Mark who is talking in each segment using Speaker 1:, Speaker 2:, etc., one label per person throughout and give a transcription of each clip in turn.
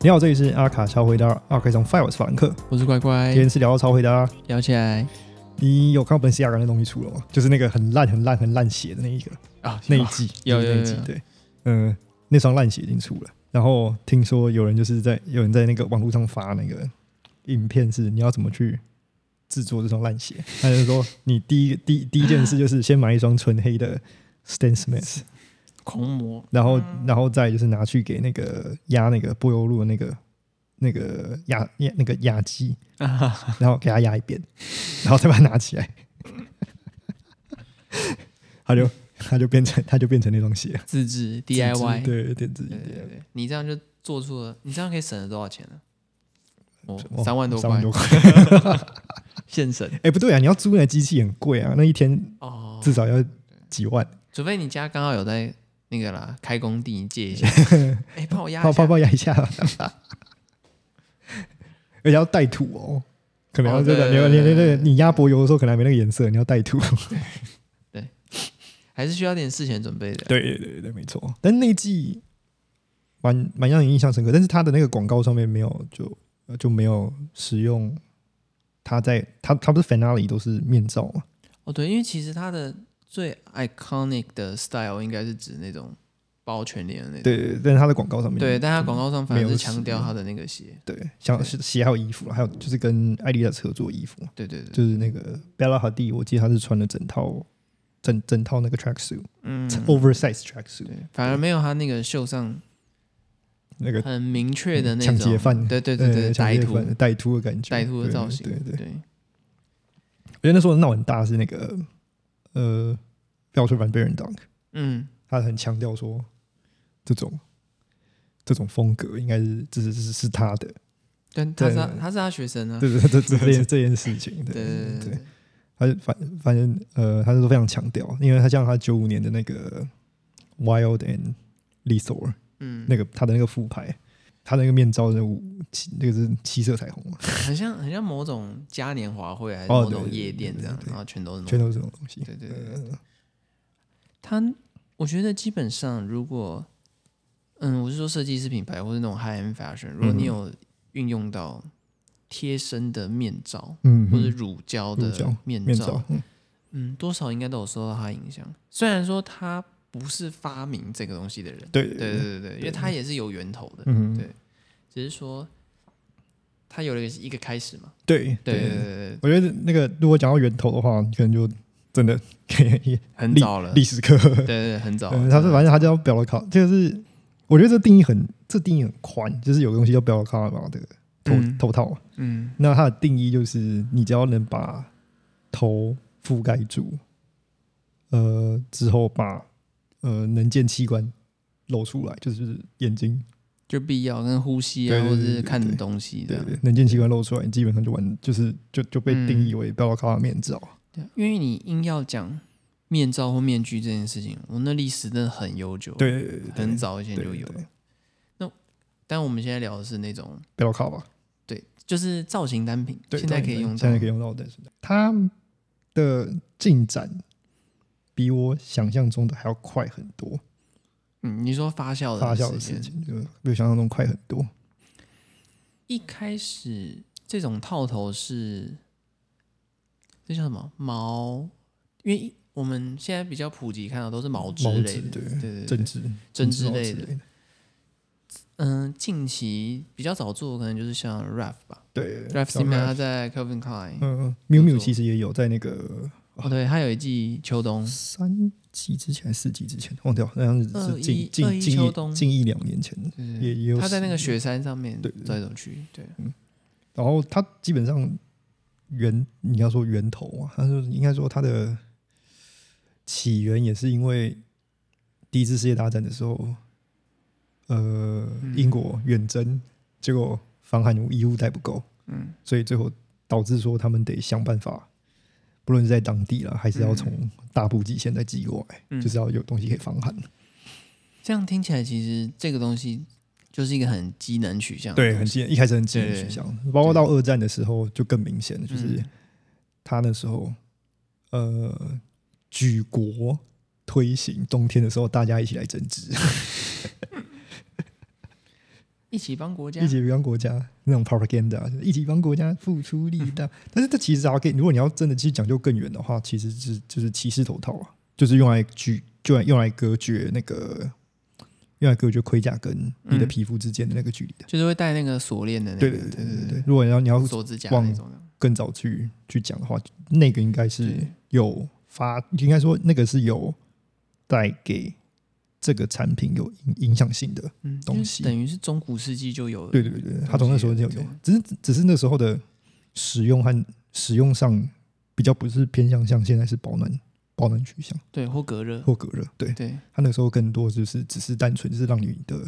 Speaker 1: 你好，这里是阿卡超回答，阿卡从 Fire 我是法兰克，
Speaker 2: 我是乖乖
Speaker 1: 今，天是聊到超回答。啊
Speaker 2: 聊起来
Speaker 1: 你有看到 Balenciaga 那东西出了吗？就是那个很烂、很烂、很烂鞋的那一个
Speaker 2: 啊，
Speaker 1: 那一季，
Speaker 2: 有
Speaker 1: 就是
Speaker 2: 有
Speaker 1: 那一
Speaker 2: 有
Speaker 1: 季
Speaker 2: 有
Speaker 1: 对，嗯，那双烂鞋已经出了。然后听说有人就是在有人在那个网络上发那个影片，是你要怎么去制作这双烂鞋？他就说你第一第第一件事就是先买一双纯黑的 Stan Smith，
Speaker 2: 狂魔
Speaker 1: 然后
Speaker 2: 嗯
Speaker 1: 然后再就是拿去给那个压那个柏油路的那个那个压压那个压 机，
Speaker 2: 啊，
Speaker 1: 然后给他压一遍，然后再把它拿起来，他就他就变成他就变成那双鞋了
Speaker 2: 自制 DIY，
Speaker 1: 自制对，电子
Speaker 2: 对对对，你这样就做出了，你这样可以省了多少钱呢？
Speaker 1: 哦
Speaker 2: 哦，三万多
Speaker 1: 三万
Speaker 2: 块
Speaker 1: 多块。
Speaker 2: 现省
Speaker 1: 哎，不对啊，你要租那机器很贵啊，那一天
Speaker 2: 哦，
Speaker 1: 至少要几万，
Speaker 2: 除非你家刚好有在那个啦，开工地，你借 一下，哎，帮我压
Speaker 1: 泡
Speaker 2: 一下
Speaker 1: 泡，泡压一下，而且要带土哦。可能要
Speaker 2: 哦
Speaker 1: 这个，
Speaker 2: 对
Speaker 1: 你
Speaker 2: 对
Speaker 1: 你
Speaker 2: 对
Speaker 1: 那
Speaker 2: 对
Speaker 1: 个你压柏油的时候，可能还没那个颜色，你要带土。
Speaker 2: 还是需要点事前准备的。
Speaker 1: 对对对对，没错。但那一季蛮蛮让人印象深刻，但是他的那个广告上面没有就呃就没有使用他在他他不是 finale 都是面罩嘛？
Speaker 2: 哦，对，因为其实它的最 iconic 的 style 应该是指那种包全脸的那种。
Speaker 1: 对对，对但是他的广告上面
Speaker 2: 对，但它广告上反而
Speaker 1: 没有
Speaker 2: 是
Speaker 1: 使
Speaker 2: 强调
Speaker 1: 用
Speaker 2: 它的那个鞋。
Speaker 1: 对，像是鞋还有衣服啦还有就是跟艾迪达斯合作的衣服，
Speaker 2: 对对对，
Speaker 1: 就是那个 Bella Hadid，我记得他是穿了整套整整套那个 track suit、
Speaker 2: 嗯，
Speaker 1: oversize track suit，
Speaker 2: 对，反而没有他那个秀上
Speaker 1: 那 个
Speaker 2: 很明确的那
Speaker 1: 抢
Speaker 2: 种
Speaker 1: 劫犯
Speaker 2: 对对对对，
Speaker 1: 呃抢
Speaker 2: 歹
Speaker 1: 劫
Speaker 2: 徒
Speaker 1: 犯歹徒的感觉，
Speaker 2: 歹徒的造型，
Speaker 1: 对对对。
Speaker 2: 对
Speaker 1: 我觉得那时候闹很大是那个呃，标准版被人 dunk，
Speaker 2: 嗯，
Speaker 1: 他很强调说这种这种风格应该是这是这是是他的，
Speaker 2: 但他是他
Speaker 1: 对
Speaker 2: 他是他学生啊，
Speaker 1: 对对对这这 件这件事情，
Speaker 2: 对
Speaker 1: 对
Speaker 2: 对对
Speaker 1: 对，
Speaker 2: 对，
Speaker 1: 他就反反正呃，他是非常强调，因为他像他九五年的那个 Wild and Lethal
Speaker 2: 嗯，
Speaker 1: 那个他的那个副牌，他那个面罩的五七那个是七色彩虹嘛，
Speaker 2: 很像很像某种嘉年华会还是
Speaker 1: 哦
Speaker 2: 某种
Speaker 1: 对对
Speaker 2: 夜
Speaker 1: 对
Speaker 2: 店
Speaker 1: 对
Speaker 2: 这样
Speaker 1: 对，对
Speaker 2: 然后全都是那
Speaker 1: 全
Speaker 2: 种，
Speaker 1: 都是这种东西，嗯
Speaker 2: 对对对对，对他我觉得基本上如果嗯，我是说设计师品牌或者那种 high end fashion，如果
Speaker 1: 嗯
Speaker 2: 你有运用到贴身的面罩
Speaker 1: 嗯，
Speaker 2: 或者乳胶
Speaker 1: 乳胶
Speaker 2: 的面
Speaker 1: 面
Speaker 2: 罩
Speaker 1: 罩，，嗯
Speaker 2: 嗯，多少应该都有受到他影响。虽然说他不是发明这个东西的人，
Speaker 1: 对
Speaker 2: 对对对对，因为他也是有源头的，
Speaker 1: 嗯
Speaker 2: 对只是说他有了一个一个开始嘛。
Speaker 1: 对
Speaker 2: 对对对对，对
Speaker 1: 我觉得那个如果讲到源头的话，可能就真的可以
Speaker 2: 很早了，
Speaker 1: 历史课。
Speaker 2: 对对哦对，很早了。
Speaker 1: 嗯， 他是
Speaker 2: 真的
Speaker 1: 反正他叫表罗卡，就是我觉得这定义很这定义很宽，就是有个东西叫表罗卡嘛的头、
Speaker 2: 嗯
Speaker 1: 头套，
Speaker 2: 嗯
Speaker 1: 那它的定义就是你只要能把头覆盖住，呃，之后把呃能见器官露出来，就是眼睛，
Speaker 2: 就必要跟呼吸
Speaker 1: 对
Speaker 2: 啊，
Speaker 1: 对
Speaker 2: 或者
Speaker 1: 对对
Speaker 2: 是看
Speaker 1: 对
Speaker 2: 东西这
Speaker 1: 对
Speaker 2: 样。
Speaker 1: 对，能见器官露出来，基本上就完，就是就就被
Speaker 2: 嗯
Speaker 1: 定义为表罗卡面罩。
Speaker 2: 对，啊因为你硬要讲面罩或面具这件事情，我那历史真的很悠久，，
Speaker 1: 对对对对，
Speaker 2: 很早以前
Speaker 1: 对
Speaker 2: 就
Speaker 1: 对
Speaker 2: 有。
Speaker 1: 对
Speaker 2: 但我们现在聊的是那种
Speaker 1: 表罗卡吧。
Speaker 2: 对，就是造型单品，
Speaker 1: 对，
Speaker 2: 现在可以用到
Speaker 1: 现在可以用到的。它的进展比我想象中的还要快很多，
Speaker 2: 嗯，你说发酵的
Speaker 1: 发酵的
Speaker 2: 时
Speaker 1: 事
Speaker 2: 间，
Speaker 1: 情就比我想象中快很多。
Speaker 2: 一开始这种套头是这叫什么毛？因为一我们现在比较普及看到都是毛织
Speaker 1: 毛
Speaker 2: 类
Speaker 1: 织
Speaker 2: 的，
Speaker 1: 对
Speaker 2: 对对
Speaker 1: 针
Speaker 2: 对，
Speaker 1: 织、织
Speaker 2: 针织
Speaker 1: 毛
Speaker 2: 类
Speaker 1: 之
Speaker 2: 的。
Speaker 1: 的，
Speaker 2: 嗯、近期比较早做的可能就是像 Raf 吧
Speaker 1: 对
Speaker 2: ，Raf
Speaker 1: 像
Speaker 2: Simon 他在 Calvin Klein，、
Speaker 1: 嗯，miu
Speaker 2: 没
Speaker 1: miu
Speaker 2: 错
Speaker 1: 其实也有在那个
Speaker 2: 哦对，他有一季秋冬，
Speaker 1: 三季之前、四季之前忘掉，好像
Speaker 2: 二
Speaker 1: 是
Speaker 2: 一
Speaker 1: 近
Speaker 2: 二
Speaker 1: 近
Speaker 2: 一
Speaker 1: 近
Speaker 2: 秋
Speaker 1: 一
Speaker 2: 冬
Speaker 1: 近一两年前的。
Speaker 2: 对对对
Speaker 1: 也也有
Speaker 2: 他在那个
Speaker 1: 使
Speaker 2: 雪山上面
Speaker 1: 对对对
Speaker 2: 走来走去，对，
Speaker 1: 然后它基本上源，你要说源头啊，它就是应该说它的起源也是因为第一次世界大战的时候，呃，
Speaker 2: 嗯
Speaker 1: 英国远征，结果防寒衣物带不够，
Speaker 2: 嗯
Speaker 1: 所以最后导致说他们得想办法，不论是在当地啦，还是要从大补给线再寄过来，
Speaker 2: 嗯，
Speaker 1: 就是要有东西可以防寒。
Speaker 2: 这样听起来，其实这个东西就是一个很机能取向的东
Speaker 1: 对，
Speaker 2: 西，
Speaker 1: 很激，一开始很激烈
Speaker 2: 对嗯
Speaker 1: 取向，包括到二战的时候就更明显了，就是他那时候，呃，举国推行冬天的时候，大家一起来争执，
Speaker 2: 一起帮国家
Speaker 1: 一，起帮国家那种 propaganda，一起帮国家付出力 量。但是这其实啊，给如果你要真的去讲究更远的话，其实是就是骑士头套啊，就是用来举，就来用来隔绝那个，用来隔绝盔甲跟你的
Speaker 2: 嗯
Speaker 1: 皮肤之间的那个距离的。
Speaker 2: 就是会带那个锁链的那个，
Speaker 1: 对对对对对，如果你要你要
Speaker 2: 锁指甲那种的。
Speaker 1: 更早去去讲的话，那个应该是
Speaker 2: 对
Speaker 1: 有发，应该说那个是有带给这个产品有影影响性的。
Speaker 2: 嗯，
Speaker 1: 东
Speaker 2: 就是
Speaker 1: 西
Speaker 2: 等于是中古世纪就有了。
Speaker 1: 对对对对，他从
Speaker 2: 东
Speaker 1: 那
Speaker 2: 西
Speaker 1: 时候
Speaker 2: 了
Speaker 1: 就
Speaker 2: 对
Speaker 1: 有，只是只是那时候的使用和使用上比较不是偏向像现在是保暖保暖取向
Speaker 2: 对或隔热，
Speaker 1: 或隔热，对
Speaker 2: 对
Speaker 1: 他那时候更多就是只是单纯是让你的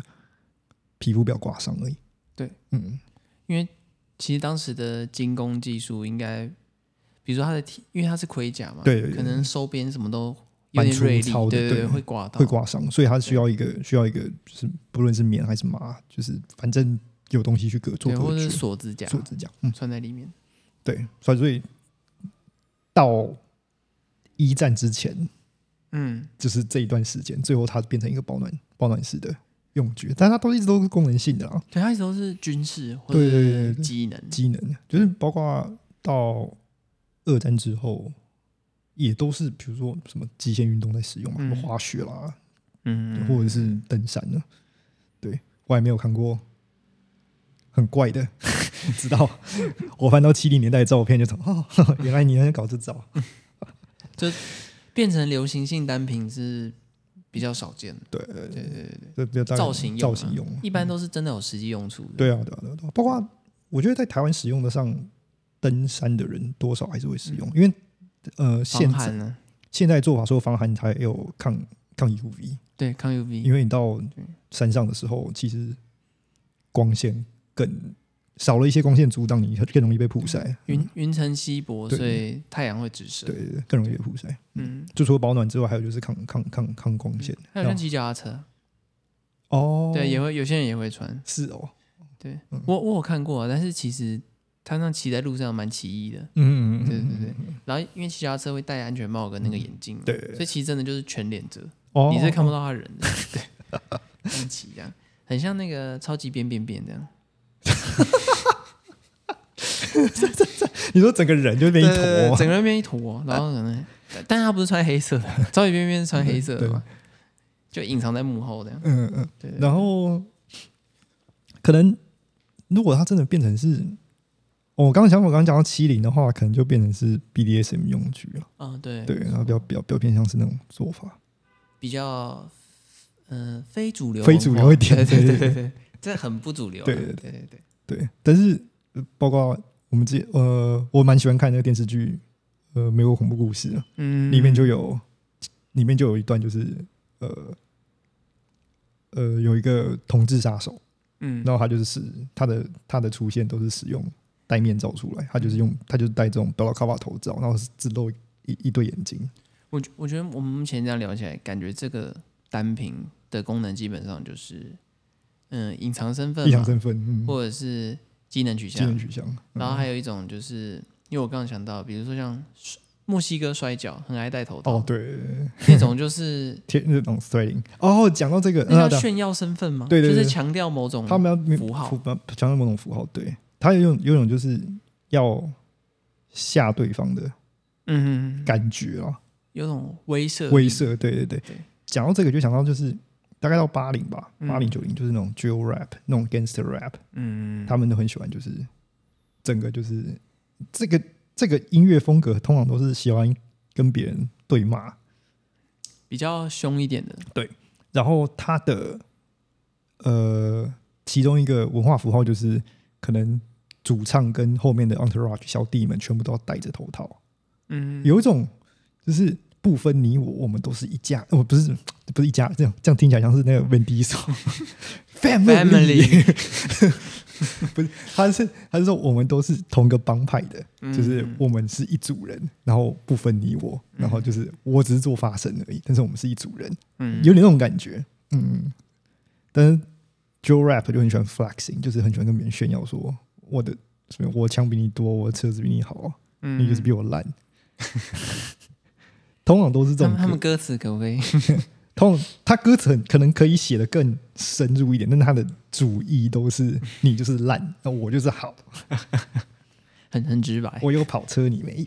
Speaker 1: 皮肤不要刮伤而已。
Speaker 2: 对，
Speaker 1: 嗯，
Speaker 2: 因为其实当时的精工技术应该，比如说它的体，因为它是盔甲嘛，
Speaker 1: 对对对
Speaker 2: 可能收边什么都有
Speaker 1: 蛮
Speaker 2: 点锐利，
Speaker 1: 粗糙的
Speaker 2: 对
Speaker 1: 对
Speaker 2: 对，会刮到，
Speaker 1: 会刮伤，所以它需要一个需要一个就是不论是棉还是麻，就是反正有东西去隔做
Speaker 2: 对，或
Speaker 1: 隔
Speaker 2: 者是
Speaker 1: 绝
Speaker 2: 锁指甲
Speaker 1: 做指甲，嗯，
Speaker 2: 穿在里面，
Speaker 1: 对，所以所以到一战之前，
Speaker 2: 嗯，
Speaker 1: 就是这一段时间，最后它变成一个保暖保暖式的用具，但它都一直都是功能性的啦，
Speaker 2: 对，它一直都是军事或
Speaker 1: 对对对
Speaker 2: 者
Speaker 1: 对对
Speaker 2: 机能，
Speaker 1: 机能就是包括到二战之后，也都是比如说什么极限运动在使用嘛，什
Speaker 2: 嗯
Speaker 1: 么滑雪啦，
Speaker 2: 嗯，
Speaker 1: 或者是登山呢。对我也没有看过很怪的， 直到我翻到七零年代的照片就从哦， 原来你还在搞这招，
Speaker 2: 变成流行性单品是比较少见的，
Speaker 1: 对
Speaker 2: 对对对对，
Speaker 1: 这比较大概
Speaker 2: 造型用
Speaker 1: 造
Speaker 2: 啊
Speaker 1: 型用啊，
Speaker 2: 一般都是真的有实际用处的，
Speaker 1: 对啊，对啊，对啊，对啊包括我觉得在台湾使用得上登山的人，多少还是会使用，因为呃，现
Speaker 2: 嗯防
Speaker 1: 在
Speaker 2: 寒啊呢，
Speaker 1: 现在做法说防寒，它也有抗抗 UV，
Speaker 2: 对，抗 UV，
Speaker 1: 因为你到山上的时候，其实光线更少了一些光线阻挡你，更容易被曝晒。
Speaker 2: 云云层稀
Speaker 1: 嗯
Speaker 2: 薄，
Speaker 1: 对
Speaker 2: 所以太阳会直射，
Speaker 1: 对对，对更容易被曝晒。
Speaker 2: 嗯，
Speaker 1: 就除了保暖之外，还有就是抗抗抗抗光线。
Speaker 2: 还有像骑脚踏车，
Speaker 1: 哦，
Speaker 2: 对，也会有些人也会穿。
Speaker 1: 是哦，
Speaker 2: 对我我有看过啊，但是其实他那骑在路上蛮奇异的。
Speaker 1: 嗯嗯嗯
Speaker 2: 对
Speaker 1: 嗯，
Speaker 2: 对对，然后因为骑脚踏车会戴安全帽跟那个眼镜嘛，
Speaker 1: 对对对
Speaker 2: 所以其实真的就是全脸遮，
Speaker 1: 哦，
Speaker 2: 你是看不到他人 的。对，很奇这样，很像那个超级变变变这样。
Speaker 1: 你说整个人就变一
Speaker 2: 对
Speaker 1: 坨啊
Speaker 2: 整个人变一坨，啊然后可能，但但他不是穿黑色的， 超级变变变是穿黑色的嘛，就隐藏在幕后这样。
Speaker 1: 嗯嗯，
Speaker 2: 对对
Speaker 1: 然后可能如果它真的变成是，哦我刚刚想，我刚刚讲到欺凌的话，可能就变成是 BDSM 用具了。
Speaker 2: 啊，对
Speaker 1: 对，哦然后比较比较比较偏向是那种做法，
Speaker 2: 比较嗯、呃非主流文化，
Speaker 1: 非主流一点
Speaker 2: 对对
Speaker 1: 对
Speaker 2: 对
Speaker 1: 对
Speaker 2: 对对，这很不主流啊，
Speaker 1: 对对
Speaker 2: 对
Speaker 1: 对
Speaker 2: 对对，
Speaker 1: 对。但是呃包括我们之前呃，我蛮喜欢看那个电视剧，呃，美国恐怖故事啊，
Speaker 2: 嗯，
Speaker 1: 里面就有里面就有一段就是呃呃有一个同志杀手，
Speaker 2: 嗯
Speaker 1: 然后他就是使他的他的出现都是使用戴面罩出来，他就是
Speaker 2: 嗯
Speaker 1: 用他就是戴这种 b a l a k a v a 头罩，然后是只露一一对眼睛。
Speaker 2: 我觉我觉得我们目前这样聊起来，感觉这个单品的功能基本上就是嗯隐藏身份
Speaker 1: 异
Speaker 2: 嘛，
Speaker 1: 常身份，嗯，
Speaker 2: 或者是机能取
Speaker 1: 技
Speaker 2: 向
Speaker 1: 能，取向，嗯
Speaker 2: 然后还有一种就是因为我刚刚想到，比如说像摔墨西哥摔跤很爱戴头
Speaker 1: 哦
Speaker 2: 套，
Speaker 1: 对，
Speaker 2: 那 种就是
Speaker 1: 贴那种 threading。哦，讲到这个，
Speaker 2: 那叫
Speaker 1: 呃
Speaker 2: 炫耀身份吗？
Speaker 1: 对对对
Speaker 2: 就是强调某种
Speaker 1: 他们要
Speaker 2: 符号
Speaker 1: 符呃强调某种符号，对他有一种有一种就是要吓对方的
Speaker 2: 嗯，
Speaker 1: 感觉啊，
Speaker 2: 有种威慑
Speaker 1: 威
Speaker 2: 力
Speaker 1: 慑，对对对
Speaker 2: 对。
Speaker 1: 讲到这个就想到就是大概到八零吧，
Speaker 2: 嗯
Speaker 1: 八零九零就是那种 drill rap，那种 gangster rap，
Speaker 2: 嗯，
Speaker 1: 他们都很喜欢，就是整个就是这个这个音乐风格，通常都是喜欢跟别人对骂，
Speaker 2: 比较凶一点的，
Speaker 1: 然后他的呃，其中一个文化符号就是可能主唱跟后面的 entourage 小弟们全部都要戴着头套，
Speaker 2: 嗯，
Speaker 1: 有一种就是。不分你我，我们都是一家。我、不是不是一家，这样这样听起来像是那个 Vin Diesel
Speaker 2: Family
Speaker 1: 不是，他是他是说我们都是同个帮派的，
Speaker 2: 嗯
Speaker 1: 就是我们是一组人，然后不分你我，然后就是我只是做发声而已，但是我们是一组人，
Speaker 2: 嗯
Speaker 1: 有点那种感觉，嗯。但是 Joe Rap 就很喜欢 flexing，就是很喜欢跟别人炫耀说我的什么，我枪比你多，我车子比你好，
Speaker 2: 嗯
Speaker 1: 你 就是比我烂。通常都是这
Speaker 2: 他
Speaker 1: 种
Speaker 2: 们他们
Speaker 1: 歌，
Speaker 2: 歌词可不可以？
Speaker 1: 通他歌词很可能可以写的更深入一点，但他的主意都是你就是烂，那我就是好，
Speaker 2: 很 很直白。
Speaker 1: 我有跑车你没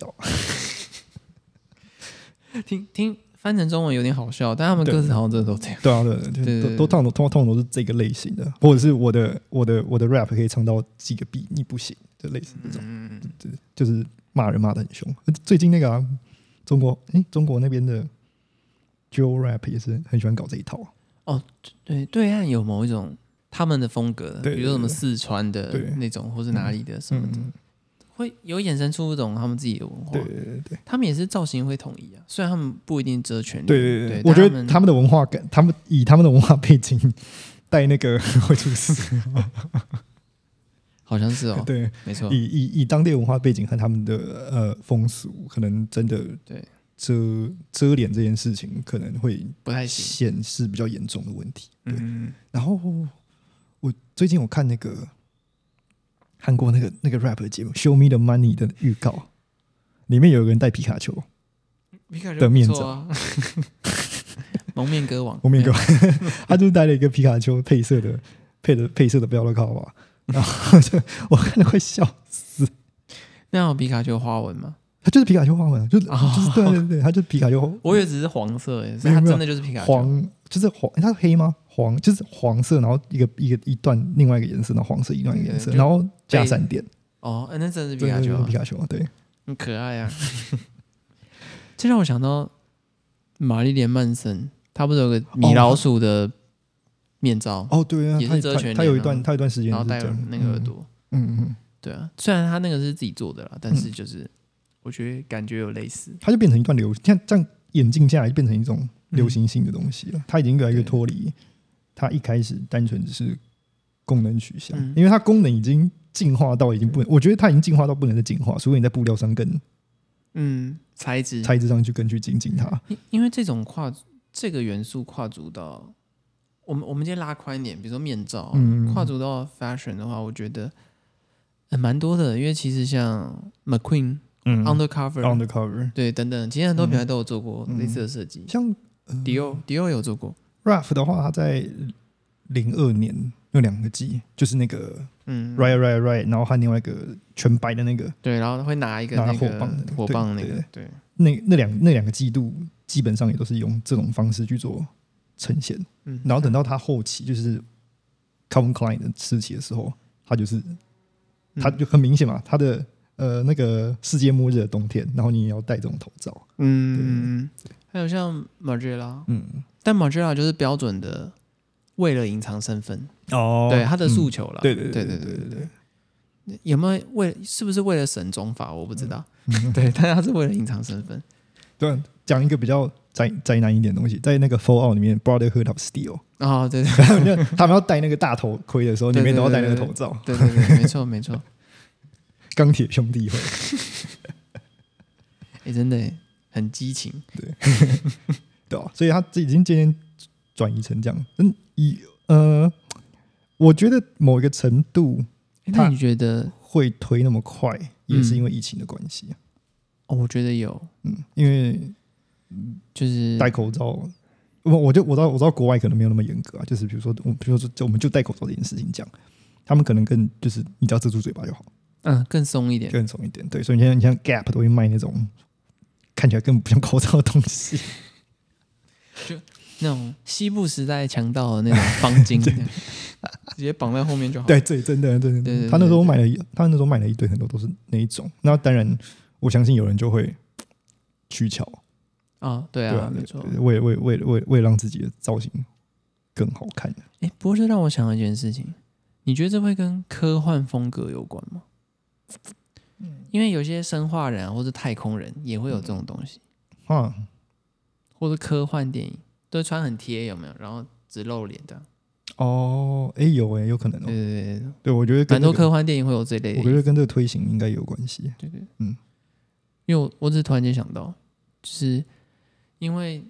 Speaker 1: 有，
Speaker 2: 听听翻成中文有点好笑，但他们歌词好像真的都这样。
Speaker 1: 对啊，对啊对啊
Speaker 2: 对
Speaker 1: 就
Speaker 2: 对
Speaker 1: 都都通常通通常都是这个类型的，或者是我的我的我的 rap 可以唱到几个 B 你不行，就类似这种，
Speaker 2: 嗯，
Speaker 1: 就是骂人骂的很凶。最近那个、啊、中国哎中国那边的 Joe rap 也是很喜欢搞这一套啊，
Speaker 2: 对，对岸有某一种他们的风格，
Speaker 1: 对
Speaker 2: 比如说什么
Speaker 1: 对对
Speaker 2: 四川的
Speaker 1: 对
Speaker 2: 那种，或是哪里的什么的，
Speaker 1: 嗯，
Speaker 2: 会有衍生出一种他们自己的文化
Speaker 1: 对。对对对。
Speaker 2: 他们也是造型会统一啊，虽然他们不一定遮全脸。
Speaker 1: 对对对，
Speaker 2: 对，
Speaker 1: 我觉
Speaker 2: 但
Speaker 1: 得
Speaker 2: 他
Speaker 1: 他们的文化感，他们以他们的文化背景带那个 会出事。
Speaker 2: 好像是哦，
Speaker 1: 对，
Speaker 2: 没错
Speaker 1: 以，以以当地文化背景和他们的呃风俗，可能真的
Speaker 2: 对
Speaker 1: 遮遮脸这件事情，可能会
Speaker 2: 不太行。
Speaker 1: 显示比较严重的问题。对，
Speaker 2: 嗯，
Speaker 1: 然后我最近我看那个韩国那个那个 rap 的节目《Show Me the Money》的预告，里面有一个人戴皮卡丘，
Speaker 2: 皮卡丘
Speaker 1: 的面
Speaker 2: 不错啊， 蒙面 歌王，
Speaker 1: 我们有一个，他就是带了一个皮卡丘配色的配的配色的标乐卡吧，然后就我看了会笑死。
Speaker 2: 那有皮卡丘花纹吗？
Speaker 1: 他就是皮卡丘花纹，啊就是、
Speaker 2: 哦
Speaker 1: 就是对对对，他就是皮卡丘
Speaker 2: 我以为只是黄色诶，所
Speaker 1: 没有
Speaker 2: 以它
Speaker 1: 没有
Speaker 2: 真的就是皮卡丘。
Speaker 1: 黄，就是黄，诶它黑吗？黄就是黄色，然后一个一个一段另外一个颜色，然后黄色一段一个颜色，
Speaker 2: 对就
Speaker 1: 然后加闪电，
Speaker 2: 哦，哎那真的是皮
Speaker 1: 对
Speaker 2: 卡
Speaker 1: 对
Speaker 2: 丘
Speaker 1: 对，
Speaker 2: 啊
Speaker 1: 皮，卡丘，对，
Speaker 2: 很可爱啊。 这让我想到玛丽莲曼森，她不是有个米老鼠的面罩，
Speaker 1: 哦对啊
Speaker 2: 也，是
Speaker 1: 他
Speaker 2: 遮全
Speaker 1: 他他
Speaker 2: 脸
Speaker 1: 有一
Speaker 2: 啊
Speaker 1: 段他有一段时间
Speaker 2: 然后
Speaker 1: 是
Speaker 2: 戴
Speaker 1: 这样
Speaker 2: 那个耳，朵？
Speaker 1: 嗯嗯嗯，
Speaker 2: 对啊，虽然他那个是自己做的啦，但是就是、我觉得感觉有类似。
Speaker 1: 它就变成一段流，像这样演进下来就变成一种流行性的东西
Speaker 2: 嗯
Speaker 1: 了。它已经越来越脱离它一开始单纯只是功能取向，
Speaker 2: 嗯
Speaker 1: 因为它功能已经进化到已经不能，我觉得它已经进化到不能再进化，除非你在布料上跟
Speaker 2: 嗯，材质，
Speaker 1: 材质上去更去精进它。
Speaker 2: 因因为这种跨这个元素跨足到我们我们今天拉宽一点，比如说面罩，
Speaker 1: 嗯
Speaker 2: 跨足到 fashion 的话，我觉得呃蛮、多的，因为其实像 McQueen、
Speaker 1: 嗯
Speaker 2: Undercover、
Speaker 1: undercover，
Speaker 2: 对等等，其实很多品牌都有做过
Speaker 1: 嗯
Speaker 2: 类似的设计，
Speaker 1: 像
Speaker 2: 迪奥迪奥有做过，
Speaker 1: Raf 的话，它在零二年有两个季，就是那个
Speaker 2: 嗯
Speaker 1: Right Right Right，然后和另外一个全白的那个，
Speaker 2: 对，然后会拿一个
Speaker 1: 拿
Speaker 2: 那
Speaker 1: 火
Speaker 2: 个
Speaker 1: 棒的那个
Speaker 2: 火
Speaker 1: 对
Speaker 2: 棒那
Speaker 1: 对
Speaker 2: 个，对，
Speaker 1: 那那两那两个季度基本上也都是用这种方式去做呈现。
Speaker 2: 嗯，
Speaker 1: 然后等到他后期就是 Calvin Klein 的时期的时候，他就是
Speaker 2: 嗯
Speaker 1: 他就很明显嘛，他的呃那个世界末日的冬天，然后你也要戴这种头罩，
Speaker 2: 嗯，还有像 Margiela，
Speaker 1: 嗯，
Speaker 2: 但 Margiela 就是标准的为了隐藏身份，
Speaker 1: 哦
Speaker 2: 对他的诉求了、
Speaker 1: 对
Speaker 2: 对
Speaker 1: 对
Speaker 2: 对
Speaker 1: 对对对，
Speaker 2: 对有没有为是不是为了省中法我不知道，
Speaker 1: 嗯
Speaker 2: 对，但他是为了隐藏身份。
Speaker 1: 对，讲一个比较宅宅男一点的东西，在那个 Fallout 里面 Brotherhood of Steel，
Speaker 2: 哦，对对
Speaker 1: 他们要戴那个大头盔的时候，
Speaker 2: 对
Speaker 1: 里面
Speaker 2: 对
Speaker 1: 都要戴那
Speaker 2: 对
Speaker 1: 个
Speaker 2: 对
Speaker 1: 头罩，
Speaker 2: 对对对，没错 没错，
Speaker 1: 钢铁兄弟会。
Speaker 2: 哎、真的耶很激情，
Speaker 1: 对啊，所以他这已经渐渐转移成这样。嗯，以呃，我觉得某一个程度
Speaker 2: 诶
Speaker 1: 哎他
Speaker 2: 那你觉得？
Speaker 1: 会推那么快，也是因为疫情的关系。
Speaker 2: 哦，我觉得有，
Speaker 1: 嗯，因为
Speaker 2: 就是
Speaker 1: 戴口罩，我我就我知道我知道国外可能没有那么严格啊，就是比如说我比如说就我们就戴口罩这件事情讲，他们可能更就是你只要遮住嘴巴就好，
Speaker 2: 嗯更松一点，
Speaker 1: 更松一点。对，所以你像你像 Gap 都会卖那种看起来根本不像口罩的东西。
Speaker 2: 那种西部时代强盗的那种方 巾，这样直接绑在后面就好。
Speaker 1: 对，这真的真的，
Speaker 2: 哦对对对
Speaker 1: 他那时候
Speaker 2: 对
Speaker 1: 买了一，他那时候买了一堆，很多都是那一种。那当然，我相信有人就会取巧，
Speaker 2: 啊，对
Speaker 1: 对
Speaker 2: 啊
Speaker 1: 啊，，
Speaker 2: 没错。
Speaker 1: 对为为为为为让自己的造型更好看。
Speaker 2: 哎，不过这让我想到一件事情，你觉得这会跟科幻风格有关吗？因为有些生化人啊或者太空人也会有这种东西，
Speaker 1: 啊，
Speaker 2: 或者科幻电影都穿很贴，有没有？然后只露脸的，
Speaker 1: 哦，哎、有哎、有可能、
Speaker 2: 对
Speaker 1: 哦。
Speaker 2: 对对对，
Speaker 1: 对，我觉得
Speaker 2: 蛮
Speaker 1: 跟、这
Speaker 2: 多
Speaker 1: 个、
Speaker 2: 科幻电影会有这类的
Speaker 1: 我觉得跟这个推行应该有关系。
Speaker 2: 对对，
Speaker 1: 嗯。
Speaker 2: 因为我我只是突然间想到，就是因为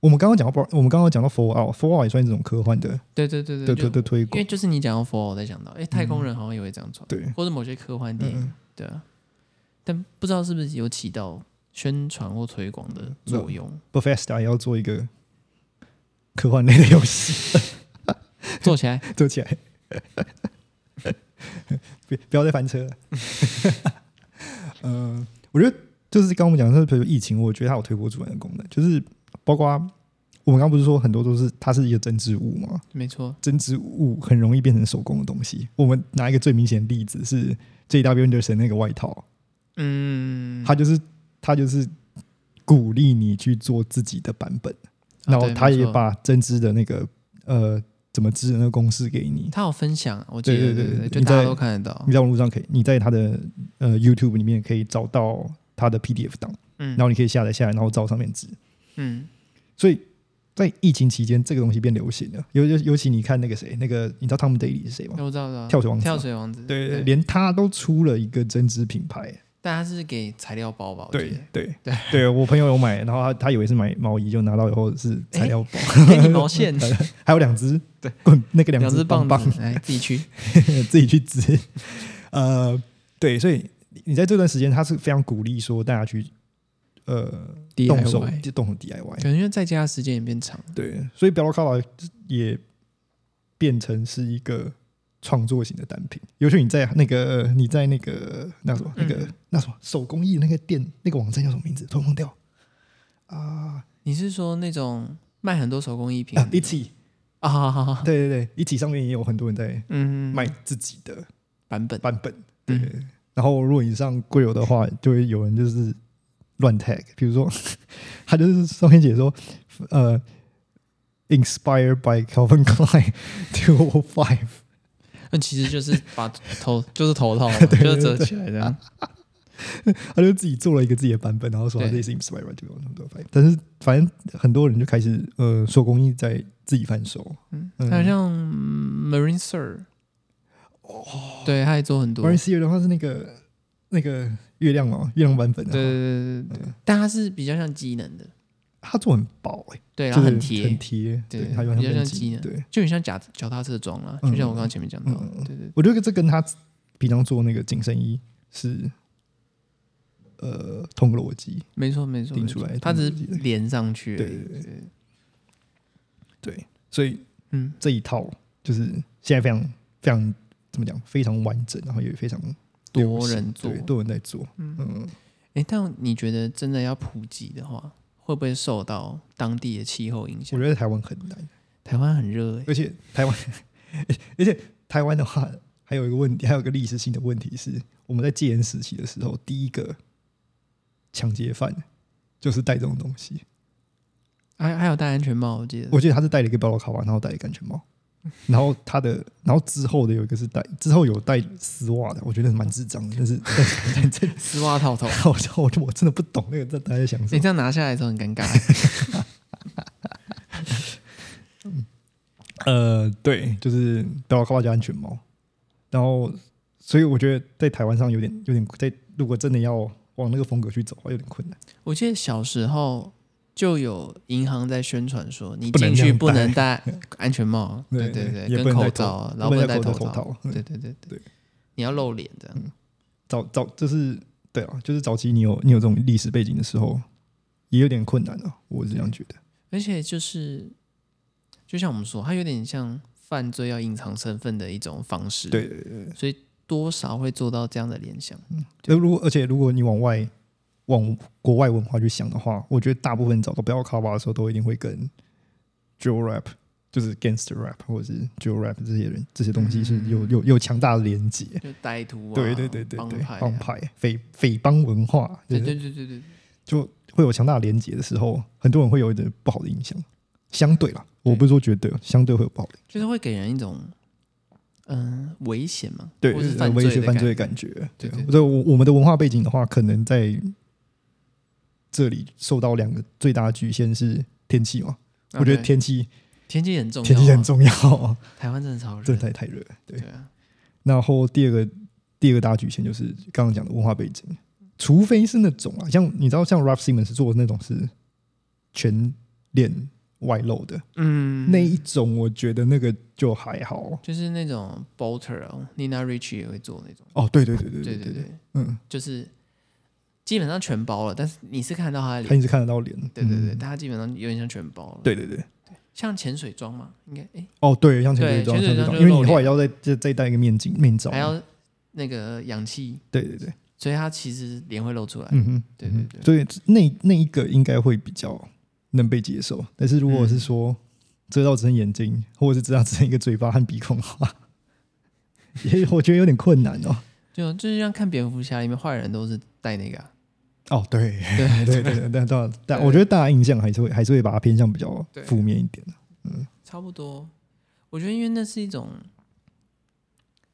Speaker 1: 我们刚刚讲到，我们刚刚讲到 f o r Out，f o r Out 也算是一种科幻的
Speaker 2: 对对对
Speaker 1: 的
Speaker 2: 对，
Speaker 1: 的
Speaker 2: 就
Speaker 1: 的推
Speaker 2: 因为
Speaker 1: 广。
Speaker 2: 就是你讲到佛，我才想到，哎，太空人好像也会这样穿，
Speaker 1: 对，
Speaker 2: 或者某些科幻电影，
Speaker 1: 嗯，
Speaker 2: 对啊，但不知道是不是有起
Speaker 1: 嗯
Speaker 2: 到宣传或推广的作用。
Speaker 1: b e f e s t a 也要做一个科幻类的游戏
Speaker 2: 做起来，
Speaker 1: 做起来。不不要再翻车了。 嗯、我觉得就是刚刚我们讲的，比如疫情，我觉得它有推波助澜的功能，就是包括我们刚刚不是说很多都是它是一个针织物嘛，
Speaker 2: 没错，
Speaker 1: 针织物很容易变成手工的东西。我们拿一个最明显的例子是 J.W. Anderson 那个外套，
Speaker 2: 嗯，
Speaker 1: 他就是他就是鼓励你去做自己的版本，
Speaker 2: 啊
Speaker 1: 然后
Speaker 2: 对
Speaker 1: 他
Speaker 2: 没
Speaker 1: 也
Speaker 2: 错
Speaker 1: 把针织的那个呃怎么织的那个公式给你，
Speaker 2: 他有分享，我记得，
Speaker 1: 对对
Speaker 2: 对
Speaker 1: 对嗯
Speaker 2: 就
Speaker 1: 你
Speaker 2: 大家
Speaker 1: 在
Speaker 2: 都看得到
Speaker 1: 你，在网络上可以，你在他的呃 YouTube 里面可以找到他的 PDF 档，
Speaker 2: 嗯
Speaker 1: 然后你可以下载下来，然后照上面织。
Speaker 2: 嗯，
Speaker 1: 所以在疫情期间，这个东西变流行了。尤尤尤其你看那个谁，那个你知道 Tom Daly 是谁吗？
Speaker 2: 我知道，我知道，
Speaker 1: 跳水王子
Speaker 2: 啊跳水王子，
Speaker 1: 对对，连他都出了一个针织品牌。
Speaker 2: 但他是给材料包吧？我
Speaker 1: 对
Speaker 2: 记
Speaker 1: 对
Speaker 2: 对
Speaker 1: 对，我朋友有买，然后他他以为是买毛衣，就拿到以后是材料包，
Speaker 2: 得，给你毛线，
Speaker 1: 还有 两只
Speaker 2: 对
Speaker 1: 棍，那个两
Speaker 2: 两
Speaker 1: 只
Speaker 2: 只
Speaker 1: 棒
Speaker 2: 棒
Speaker 1: 棒，
Speaker 2: 子，哎，自己去，
Speaker 1: 自己去织。呃，对，所以你在这段时间，他是非常鼓励说大家去呃 动手
Speaker 2: DIY
Speaker 1: 动手 DIY
Speaker 2: 可。能因为在家的时间也变长了，
Speaker 1: 对，所以 b e l l c o l a 也变成是一个创作型的单品。尤其你在那个你在那个那什么那个、
Speaker 2: 嗯
Speaker 1: 那什么手工艺那个店那个网站叫什么名字？突然忘掉啊
Speaker 2: 你是说那种卖很多手工艺品
Speaker 1: 啊！一起，
Speaker 2: 啊？好好好，
Speaker 1: 对对对，一起上面也有很多人在
Speaker 2: 嗯，
Speaker 1: 卖自己的
Speaker 2: 版本，
Speaker 1: 版本。对，
Speaker 2: 嗯
Speaker 1: 然后如果你上贵友的话，就会有人就是乱 tag，比如说 他就是上面写说，呃，inspired by Calvin Klein two o five。
Speaker 2: 那其实就是把头 就是头套嘛，就是折起来这样，
Speaker 1: 他就自己做了一个自己的版本，然后说他
Speaker 2: 对
Speaker 1: 这是 inspired by 这个很多反但是反正很多人就开始呃手工艺在自己贩售。
Speaker 2: 嗯，
Speaker 1: 嗯
Speaker 2: 还有像嗯 Marine Sir，对，
Speaker 1: 哦
Speaker 2: 他也做很多
Speaker 1: m a r，i s i e r 的话是那个那个月亮哦，月亮版本、啊，
Speaker 2: 对对对对
Speaker 1: 嗯
Speaker 2: 对，但它是比较像机能的，
Speaker 1: 他做很薄哎、
Speaker 2: 对，然
Speaker 1: 就
Speaker 2: 后
Speaker 1: 是
Speaker 2: 很
Speaker 1: 很
Speaker 2: 贴，
Speaker 1: 贴，对，
Speaker 2: 对
Speaker 1: 他用
Speaker 2: 比较像机能
Speaker 1: 对，
Speaker 2: 就很像脚脚踏车装啦，
Speaker 1: 嗯
Speaker 2: 就像我刚刚前面讲到的
Speaker 1: 嗯，嗯嗯
Speaker 2: 对对，对
Speaker 1: 我觉得这跟他平常做那个紧身衣是呃同个逻辑。
Speaker 2: 没错没错，
Speaker 1: 定
Speaker 2: 没
Speaker 1: 出
Speaker 2: 错
Speaker 1: 来
Speaker 2: 它只是
Speaker 1: 定出来
Speaker 2: 连上去而
Speaker 1: 对
Speaker 2: 已，
Speaker 1: 对对对，所以
Speaker 2: 嗯，
Speaker 1: 这一套就是现在非常非常怎么讲，非常完整，然后也非常流
Speaker 2: 多
Speaker 1: 行
Speaker 2: 人做
Speaker 1: 对，多人在做，
Speaker 2: 嗯
Speaker 1: 嗯
Speaker 2: 哎、但你觉得真的要普及的话，会不会受到当地的气候影
Speaker 1: 我
Speaker 2: 响？
Speaker 1: 觉得台湾很难，
Speaker 2: 台湾很热、欸，
Speaker 1: 而且台湾， 而且台湾的话，还有一个问题，还有一个历史性的问题是，我们在戒严时期的时候，第一个抢劫犯就是带这种东西。
Speaker 2: 还还有戴安全帽，我记得。
Speaker 1: 我记得他是戴了一个包包卡吧，然后戴了一个安全帽，然后他的，然后之后的有一个是戴，之后有戴丝袜的，我觉得蛮智障的，但是但是
Speaker 2: 丝袜套头，
Speaker 1: 但是，我就我就我真的不懂那个在大家在想什
Speaker 2: 你、
Speaker 1: 么。
Speaker 2: 这样拿下来的时候很尴尬、欸。
Speaker 1: 呃，对，就是包包卡加安全帽，然后所以我觉得在台湾上有点有点在，如果真的要往那个风格去走，有点困难。
Speaker 2: 我记得小时候就有银行在宣传说，你
Speaker 1: 不能
Speaker 2: 进
Speaker 1: 这
Speaker 2: 去
Speaker 1: 样
Speaker 2: 不能
Speaker 1: 戴
Speaker 2: 戴 安全帽，对
Speaker 1: 对
Speaker 2: 对，
Speaker 1: 也不能戴
Speaker 2: 跟口
Speaker 1: 头
Speaker 2: 罩啊，然后
Speaker 1: 不能
Speaker 2: 能
Speaker 1: 戴
Speaker 2: 戴
Speaker 1: 口
Speaker 2: 头
Speaker 1: 头套嗯
Speaker 2: 对对对对
Speaker 1: 对，
Speaker 2: 你要露脸这样。
Speaker 1: 早早就是对啊，就是早期你有你有这种历史背景的时候，也有点困难啊，我是这样觉得。
Speaker 2: 而且就是，就像我们说，它有点像犯罪要隐藏身份的一种方式。
Speaker 1: 对嗯对对对。
Speaker 2: 所以多少会做到这样的联想。
Speaker 1: 就如果而且如果你往外往国外文化去想的话，我觉得大部分找到不要 cover 的时候，都一定会跟 drill rap，就是 gangster rap 或者是 drill rap 这些人这些东西是有有有强大的连接。
Speaker 2: 就歹徒啊，
Speaker 1: 对对对对
Speaker 2: 嗯帮
Speaker 1: 对
Speaker 2: 派啊、，
Speaker 1: 帮派匪匪帮文化，就
Speaker 2: 对
Speaker 1: 是
Speaker 2: 对对对对，
Speaker 1: 就会有强大的连接的时候，很多人会有一点不好的影响。相对啦，我不是说绝对，相对会有不好的，
Speaker 2: 就是会给人一种嗯、危险嘛，
Speaker 1: 对，
Speaker 2: 或是
Speaker 1: 呃
Speaker 2: 犯
Speaker 1: 威胁
Speaker 2: 的
Speaker 1: 犯
Speaker 2: 感
Speaker 1: 罪的
Speaker 2: 觉。
Speaker 1: 感觉。对
Speaker 2: 对
Speaker 1: 啊
Speaker 2: 对，对
Speaker 1: 所以我我们的文化背景的话，可能在这里受到两个最大的局限是天气嘛。我觉得
Speaker 2: OK，
Speaker 1: 天气
Speaker 2: 天气很重要啊、
Speaker 1: 天气很重要，
Speaker 2: 台湾真的超热，
Speaker 1: 真的太太热了。对
Speaker 2: 对，啊，
Speaker 1: 然后第二个第二个大局限就是刚刚讲的文化背景，除非是那种啊，像你知道像 Ralph Simmons 做的那种是全脸外露的、
Speaker 2: 嗯，
Speaker 1: 那一种，我觉得那个就还好。就是
Speaker 2: 那种 Bolter 哦，Nina Ricci 也会做那种，
Speaker 1: 哦，对对对对
Speaker 2: 对
Speaker 1: 对
Speaker 2: 对，
Speaker 1: 嗯，
Speaker 2: 就是基本上全包了，但是你是看得到他的
Speaker 1: 他
Speaker 2: 脸，
Speaker 1: 一直看得到脸，
Speaker 2: 对对对，
Speaker 1: 嗯
Speaker 2: 但他基本上有点像全包了，
Speaker 1: 对对对，
Speaker 2: 像潜水装嘛，应该哎、
Speaker 1: 哦，对，像潜水
Speaker 2: 对
Speaker 1: 装，
Speaker 2: 潜
Speaker 1: 像
Speaker 2: 水
Speaker 1: 这种，
Speaker 2: 装就
Speaker 1: 因为
Speaker 2: 露
Speaker 1: 你后来
Speaker 2: 脸
Speaker 1: 要再再再戴一个面镜面罩嘛，
Speaker 2: 还要那个氧气，
Speaker 1: 对对对，
Speaker 2: 所以它其实脸会露出来。
Speaker 1: 嗯哼，
Speaker 2: 对
Speaker 1: 嗯哼
Speaker 2: 对
Speaker 1: 所以那那一个应该会比较能被接受，但是如果
Speaker 2: 嗯
Speaker 1: 是说遮到只剩眼睛，或者是遮到只剩一个嘴巴和鼻孔的话，也我觉得有点困难哦。
Speaker 2: 就就是像看蝙蝠侠里面坏人都是戴那个、啊，
Speaker 1: 哦，对，
Speaker 2: 对
Speaker 1: 对对，但但但
Speaker 2: 对
Speaker 1: 我觉得大家印象还是会还是会把它偏向比较
Speaker 2: 对
Speaker 1: 负面一点的。
Speaker 2: 差不多。我觉得因为那是一种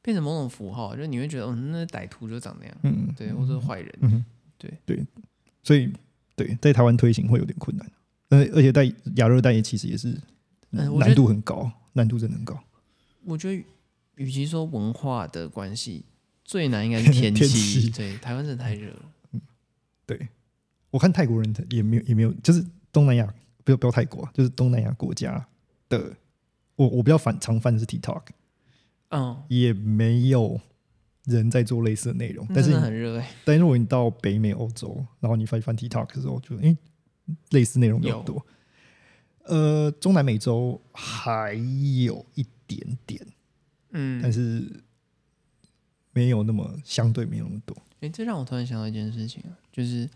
Speaker 2: 变成某种符号，就是你会觉得，嗯，那歹徒就长那样，
Speaker 1: 嗯，
Speaker 2: 对，或者是坏人，
Speaker 1: 嗯哼，
Speaker 2: 对
Speaker 1: 对，所以对在台湾推行会有点困难，而而且在亚热带也其实也是
Speaker 2: 嗯我觉得
Speaker 1: 难度很高，难度真的很高。
Speaker 2: 我觉得，与其说文化的关系，最难应该是 天
Speaker 1: 天
Speaker 2: 气。
Speaker 1: 气
Speaker 2: 对，台湾真的太热了。
Speaker 1: 对，我看泰国人他也没有也没有，就是东南亚不要不要泰国啊，就是东南亚国家的，我我比较反常犯的是 TikTok，
Speaker 2: 嗯，
Speaker 1: 也没有人在做类似的内容，但
Speaker 2: 真
Speaker 1: 是
Speaker 2: 的很热哎、
Speaker 1: 但是如果你到北美、欧洲，然后你翻翻 TikTok 的时候，就诶、类似内容比较多。呃，中南美洲还有一点点，
Speaker 2: 嗯，
Speaker 1: 但是没有那么相对没有那么多。
Speaker 2: 哎、这让我突然想到一件事情啊，就是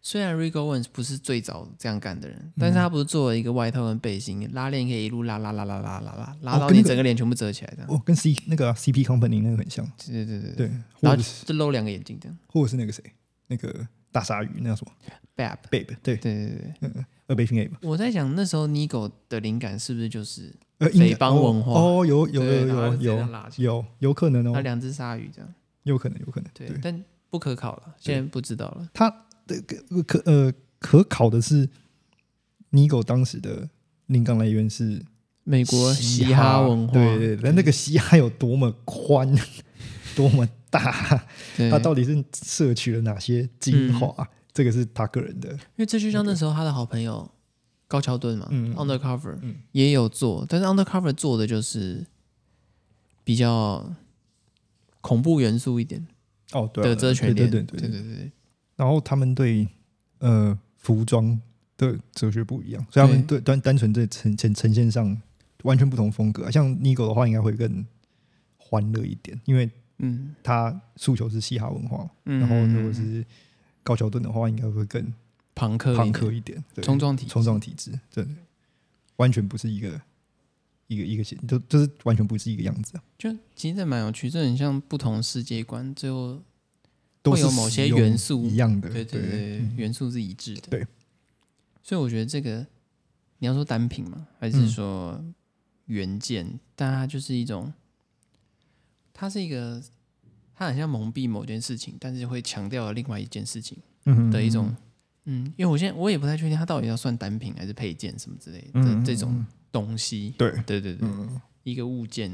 Speaker 2: 虽然 Rigo Owens 不是最早这样干的人，但
Speaker 1: 嗯
Speaker 2: 是他不是做了一个外套跟背心拉链，可以一路拉拉拉拉拉拉拉拉
Speaker 1: 哦
Speaker 2: 到
Speaker 1: 跟那
Speaker 2: 你
Speaker 1: 个
Speaker 2: 整个脸全部遮起来这样。
Speaker 1: 哦，跟 C 那个啊、CP Company 那个很像，
Speaker 2: 对对对
Speaker 1: 对，
Speaker 2: 对，
Speaker 1: 或
Speaker 2: 然
Speaker 1: 者
Speaker 2: 后就是就露两个眼睛这样。
Speaker 1: 或者是那个谁，那个大鲨鱼，那叫什么
Speaker 2: Bab，
Speaker 1: Babe，对，
Speaker 2: 啊对对对对，
Speaker 1: 呃，Babe Ape，
Speaker 2: 我在想那时候 Nigo 的灵感是不是就是
Speaker 1: 呃，应该
Speaker 2: 匪帮文化
Speaker 1: 哦，哦有有
Speaker 2: 对
Speaker 1: 有
Speaker 2: 然后
Speaker 1: 有
Speaker 2: 就直接这
Speaker 1: 有
Speaker 2: 样拉起
Speaker 1: 有有可能哦，
Speaker 2: 他两只鲨鱼这样？
Speaker 1: 有可能有可能，
Speaker 2: 对，但不可考了，现在不知道了。
Speaker 1: 他的可可呃可考的是，尼狗当时的灵感来源是
Speaker 2: 美国嘻哈文化，
Speaker 1: 对对对，但那个嘻哈有多么宽， 多么大，
Speaker 2: 对嗯
Speaker 1: 它啊到底是摄取了哪些精华？这个是他个人的，
Speaker 2: 因为这就像那时候他的好朋友高桥盾嘛、
Speaker 1: 嗯
Speaker 2: u n d e r c o v e r
Speaker 1: 嗯
Speaker 2: 也有做，但是 Undercover 做的就是比较恐怖元素一点
Speaker 1: 哦，对啊、
Speaker 2: 的遮全
Speaker 1: 对
Speaker 2: 脸，
Speaker 1: 对
Speaker 2: 对
Speaker 1: 对对。
Speaker 2: 对对
Speaker 1: 然后他们对呃服装的哲学不一样，所以他们对单单纯在呈呈呈现上完全不同风格啊、像 n i g o 的话，应该会更欢乐一点，因为
Speaker 2: 嗯
Speaker 1: 他诉求是嘻哈文化嘛，
Speaker 2: 嗯，
Speaker 1: 然后如果是高桥盾的话，应该会更
Speaker 2: 朋克一
Speaker 1: 朋
Speaker 2: 点
Speaker 1: 克一点，对，
Speaker 2: 冲撞体，
Speaker 1: 冲撞体质，对，完全不是一个一个一个形，就就是完全不是一个样子、啊，
Speaker 2: 就其实这蛮有趣，这很像不同世界观，最后
Speaker 1: 都
Speaker 2: 会有
Speaker 1: 是
Speaker 2: 某
Speaker 1: 使
Speaker 2: 些
Speaker 1: 用
Speaker 2: 元素
Speaker 1: 一样的，
Speaker 2: 对对对，元素是一致的。
Speaker 1: 对，
Speaker 2: 所以我觉得这个你要说单品嘛，还
Speaker 1: 嗯
Speaker 2: 是说原件，但它就是一种，它是一个，它很像蒙蔽某件事情，但是会强调另外一件事情
Speaker 1: 嗯
Speaker 2: 的一种。嗯因为我现在我也不太确定它到底要算单品还是配件什么之类的、
Speaker 1: 嗯
Speaker 2: 这种东西。
Speaker 1: 对，
Speaker 2: 对对对，
Speaker 1: 嗯，
Speaker 2: 一个物件，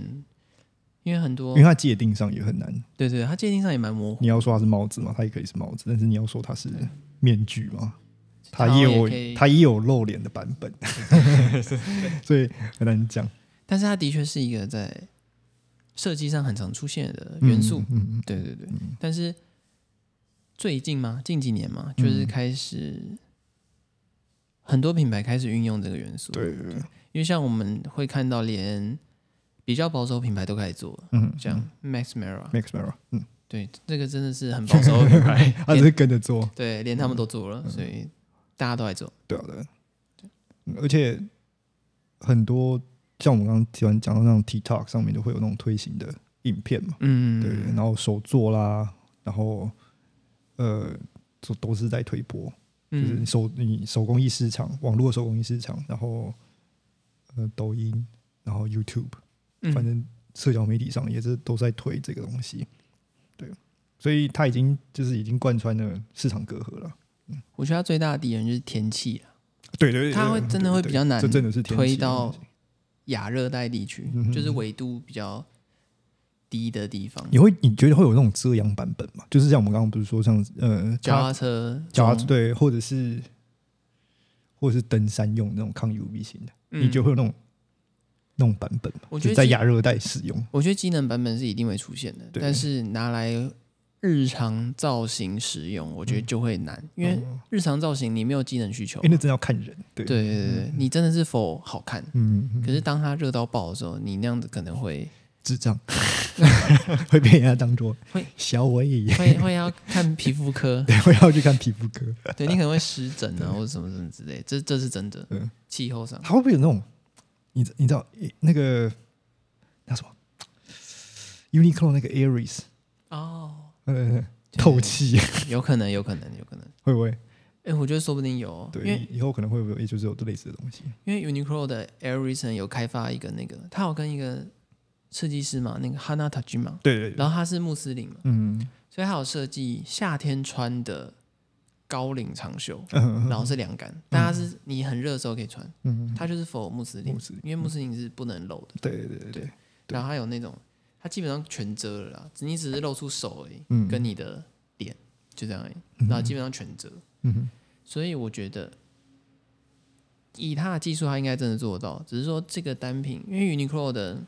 Speaker 2: 因为很
Speaker 1: 因
Speaker 2: 多
Speaker 1: 为它界定上也很难，
Speaker 2: 对对，它界定上也蛮模糊，
Speaker 1: 你要说它是帽子嘛，它也可以是帽子，但是你要说它是面具嘛，它
Speaker 2: 然后
Speaker 1: 也
Speaker 2: 也
Speaker 1: 有
Speaker 2: 可以
Speaker 1: 它也有露脸的版 本，所以很难讲
Speaker 2: 但是它的确是一个在设计上很常出现的元素。，
Speaker 1: 嗯嗯嗯嗯
Speaker 2: 对对对，但是最近嘛，近几年
Speaker 1: 嗯
Speaker 2: 嘛，就是开始、很多品牌开始运用这个元素。，
Speaker 1: 对对对，
Speaker 2: 因为像我们会看到连比较保守品牌都开始做了，
Speaker 1: 嗯
Speaker 2: 像 Max Mara，
Speaker 1: ，Max Mara，嗯，
Speaker 2: 对，这个真的是很保守的品牌
Speaker 1: ，他只
Speaker 2: 连
Speaker 1: 是跟着做，
Speaker 2: 对，连他们都做
Speaker 1: 嗯
Speaker 2: 了，所以大家都来做。
Speaker 1: 对啊，对啊，嗯而且很多像我们刚刚提完讲到那种 TikTok 上面就会有那种推行的影片嘛，
Speaker 2: 嗯，
Speaker 1: 对，然后手作啦，然后呃，都都是在推波，就是
Speaker 2: 嗯，
Speaker 1: 手你手工艺市场，网络手工艺市场，然后呃抖音，然后 YouTube，
Speaker 2: 嗯
Speaker 1: 反正社交媒体上也是都在推这个东西，对，所以它已经就是已经贯穿了市场隔阂了。
Speaker 2: 我觉得它最大的敌人就是天气啊，
Speaker 1: 对对对，
Speaker 2: 它会
Speaker 1: 对
Speaker 2: 真的会
Speaker 1: 对
Speaker 2: 比较难
Speaker 1: 这真的是天
Speaker 2: 推
Speaker 1: 气的
Speaker 2: 到
Speaker 1: 东西
Speaker 2: 亚热带地区，
Speaker 1: 嗯哼
Speaker 2: 就是纬度比较低的地方。
Speaker 1: 你会你觉得会有那种遮阳版本吗？就是像我们刚刚不是说像呃
Speaker 2: 脚
Speaker 1: 它
Speaker 2: 踏车，
Speaker 1: 脚踏对，或者是或者是登山用那种抗 UV 型的，
Speaker 2: 嗯
Speaker 1: 你就会有那种那种版本嘛？
Speaker 2: 我觉得
Speaker 1: 就在
Speaker 2: 其
Speaker 1: 亚热带使用，
Speaker 2: 我觉得机能版本是一定会出现的，
Speaker 1: 对
Speaker 2: 但是拿来日常造型使用，我觉得就会难，因为
Speaker 1: 嗯
Speaker 2: 日常造型你没有技能需求
Speaker 1: 因为
Speaker 2: 嘛。
Speaker 1: 那真的要看人，对，
Speaker 2: 对对对对，你真的是否好看？
Speaker 1: 嗯，嗯，
Speaker 2: 可是当它热到爆的时候，你那样子可能 会
Speaker 1: 智 障会被人家当做
Speaker 2: 会
Speaker 1: 小我爷爷，
Speaker 2: 会会要看皮肤科，
Speaker 1: 对，我要去看皮肤科。
Speaker 2: 对你可能会湿疹 啊，或者什么什么之类，这这是真的
Speaker 1: 嗯。
Speaker 2: 气候上，
Speaker 1: 他会不会有那种，你知你知道诶那个那什么 Uniqlo 那个 Aries，
Speaker 2: 哦，
Speaker 1: 呃，透气
Speaker 2: 有可能，有可能，有可能。
Speaker 1: 会不会？
Speaker 2: 哎，我觉得说不定有哦，因
Speaker 1: 对
Speaker 2: 为，
Speaker 1: 以后可能会不会就是有类似的东西？
Speaker 2: 因为 Uniqlo 的 Air Reason 有开发一个那个，他有跟一个设计师嘛，那个 Hana Tajima，
Speaker 1: 对对，
Speaker 2: 然后他是穆斯林嘛，
Speaker 1: 嗯，
Speaker 2: 所以他有设计夏天穿的高领长袖，
Speaker 1: 然
Speaker 2: 然后是凉感，但它是你很热的时候可以穿，
Speaker 1: 嗯，
Speaker 2: 它就是否穆斯林
Speaker 1: 穆斯林，
Speaker 2: 因为穆斯林是不能露的，
Speaker 1: 对对对对对，对
Speaker 2: 然后它有那种，它基本上全遮了啦，你只是露出手而已，
Speaker 1: 嗯
Speaker 2: 跟你的脸就这样而已，
Speaker 1: 嗯
Speaker 2: 然后基本上全遮，
Speaker 1: 嗯哼
Speaker 2: 所以我觉得以它的技术，它应该真的做得到，只是说这个单品，因为 Uniqlo 的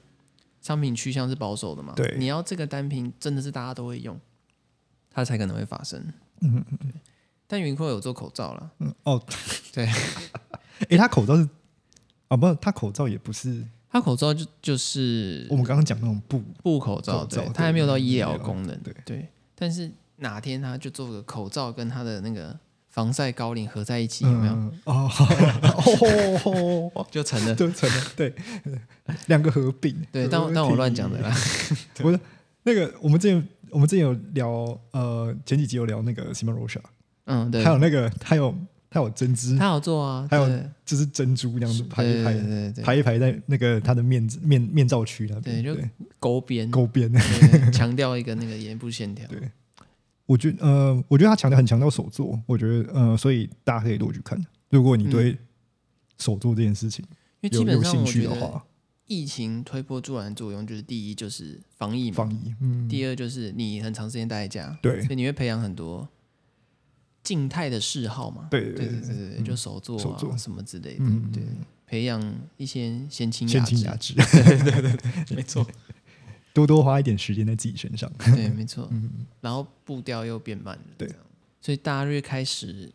Speaker 2: 商品趋向是保守的嘛，
Speaker 1: 对
Speaker 2: 你要这个单品真的是大家都会用，它才可能会发生，
Speaker 1: 嗯哼
Speaker 2: 但 Uniqlo 有做口罩啦，
Speaker 1: 嗯哦，
Speaker 2: 对，
Speaker 1: 诶，他口罩是啊，不，他口罩也不是
Speaker 2: 它口罩就就是
Speaker 1: 我们刚刚讲那种布，
Speaker 2: 布口罩，
Speaker 1: 口罩
Speaker 2: 对，
Speaker 1: 对
Speaker 2: 它还没有到医
Speaker 1: 医
Speaker 2: 疗
Speaker 1: 疗
Speaker 2: 功能，
Speaker 1: 对
Speaker 2: 但是哪天它就做个口罩跟它的那个防晒高领合在一起，有没有？
Speaker 1: 嗯哦 哦，
Speaker 2: 就成了。
Speaker 1: 对，成了，对，两个合并。
Speaker 2: 对，但我但我乱讲的啦。
Speaker 1: 不是那个，我们之前我们之前有聊，呃，前几集有聊那个 Simon Rocha，
Speaker 2: 嗯，对
Speaker 1: 还，有那个他有他有针织，
Speaker 2: 他有做啊，
Speaker 1: 还有
Speaker 2: 对
Speaker 1: 就是珍珠这样子排一
Speaker 2: 对
Speaker 1: 排
Speaker 2: 对，对对，
Speaker 1: 排一排在那个他的面子面面罩区那边，
Speaker 2: 对就
Speaker 1: 对，
Speaker 2: 勾边，
Speaker 1: 勾边。
Speaker 2: 对 强调一个那个眼部线条。
Speaker 1: 对我觉得呃，我觉得他强调很强调手作，我觉得呃，所以大家可以多去看，如果你对手作这件事情
Speaker 2: 嗯因为基
Speaker 1: 有
Speaker 2: 本
Speaker 1: 有
Speaker 2: 上
Speaker 1: 兴
Speaker 2: 我
Speaker 1: 趣
Speaker 2: 觉
Speaker 1: 的
Speaker 2: 得
Speaker 1: 话，
Speaker 2: 疫情推波助澜的作用就是第一就是防疫嘛，
Speaker 1: 放一嗯，
Speaker 2: 第二就是你很长时间待在家，
Speaker 1: 对
Speaker 2: 所以你会培养很多静态的嗜好嘛。
Speaker 1: 对对
Speaker 2: 对对对对，就手作
Speaker 1: 手
Speaker 2: 啊
Speaker 1: 作
Speaker 2: 什么之类的，
Speaker 1: 嗯
Speaker 2: 对，培养一些先青
Speaker 1: 千
Speaker 2: 雅
Speaker 1: 金
Speaker 2: 致
Speaker 1: 雅，致，
Speaker 2: 没错，
Speaker 1: 多多花一点时间在自己身上。
Speaker 2: 对，没错，然后步调又变慢了，
Speaker 1: 对
Speaker 2: 这样，所以大家就开始